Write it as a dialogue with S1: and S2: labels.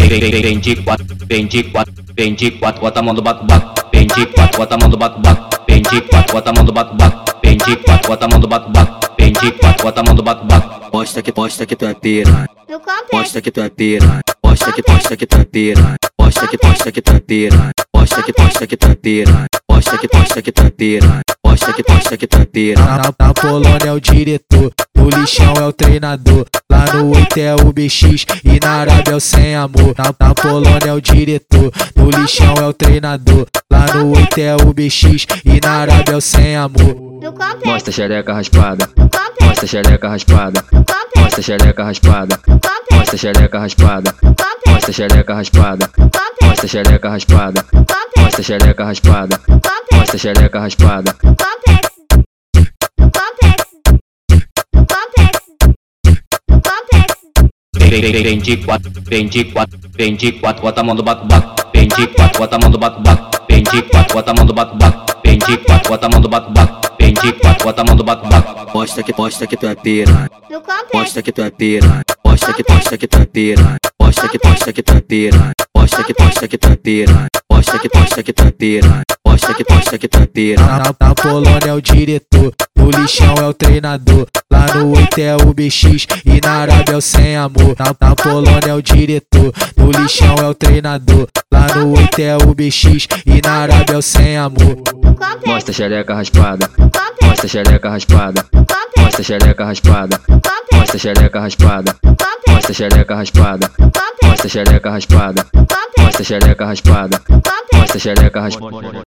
S1: Vendi quatro, vendi quatro, vendi quatro, bota a mão do baco baco. Vendi quatro, bota a mão do baco baco. Vendi quatro, bota a mão do baco baco. Vendi quatro, bota a mão do baco baco. Vendi quatro, bota a mão do baco baco.
S2: Posta que posta que tu é piranha.
S3: No complexo,
S2: Posta que tu é piranha. Posta que posta que tu é piranha. Posta que posta que tu é piranha. Posta que posta que tu é piranha. Posta que posta que tu é piranha. Posta que posta que tu é piranha.
S4: Na, na Polônia é o diretor, no lixão é o treinador. Lá no 8 é o BX e na Arábia é o sem amor. Na, na Polônia é o diretor, no lixão é o treinador. Lá no 8 é o BX e na Arábia é o sem amor.
S3: no complexo,
S2: Mostra xereca raspada.
S3: no complexo,
S2: Mostra xereca raspada.
S3: no complexo,
S2: Mostra xereca raspada.
S3: no complexo,
S2: Mostra xereca raspada.
S3: no complexo,
S2: Mostra xereca raspada.
S3: no complexo,
S2: Mostra xereca raspada.
S3: no complexo,
S2: Mostra xereca raspada.
S3: no complexo,
S2: Mostra xereca raspada.
S3: no complexo, no complexo, no complexo, no complexo,
S1: Vendi quatro, vendi quatro, vendi quatro, bota a mão do baco baco. Vendi quatro, bota a mão do baco baco. Vendi quatro, bota a mão do baco baco. Vendi quatro, bota a mão do baco baco. Vendi quatro, bota a mão do baco baco.
S2: Posta que posta que tu é piranha.
S3: no complexo,
S2: Posta que tu é piranha. Posta que posta que tu é piranha. Posta que posta que tu é piranha. Posta que posta que tu é piranha. Posta que posta que tu é piranha. Posta que posta que tu é
S4: Na,
S2: piranha.
S4: na- na Polônia é o diretor, no lixão é o treinador. Lá no 8 é o BX e na Arábia é o sem amor. Na, na Polônia é o diretor, no lixão é o treinador. Lá no 8 é o BX e na Arábia é o sem amor.
S3: no complexo,
S2: Mostra xereca raspada.
S3: no complexo,
S2: Mostra xereca raspada.
S3: no complexo,
S2: Mostra xereca raspada.
S3: no complexo,
S2: Mostra xereca raspada.
S3: no complexo,
S2: Mostra xereca raspada.
S3: no complexo,
S2: Mostra xereca raspada.
S3: no complexo,
S2: Mostra xereca raspada.
S3: no complexo.
S2: Mostra xereca raspada.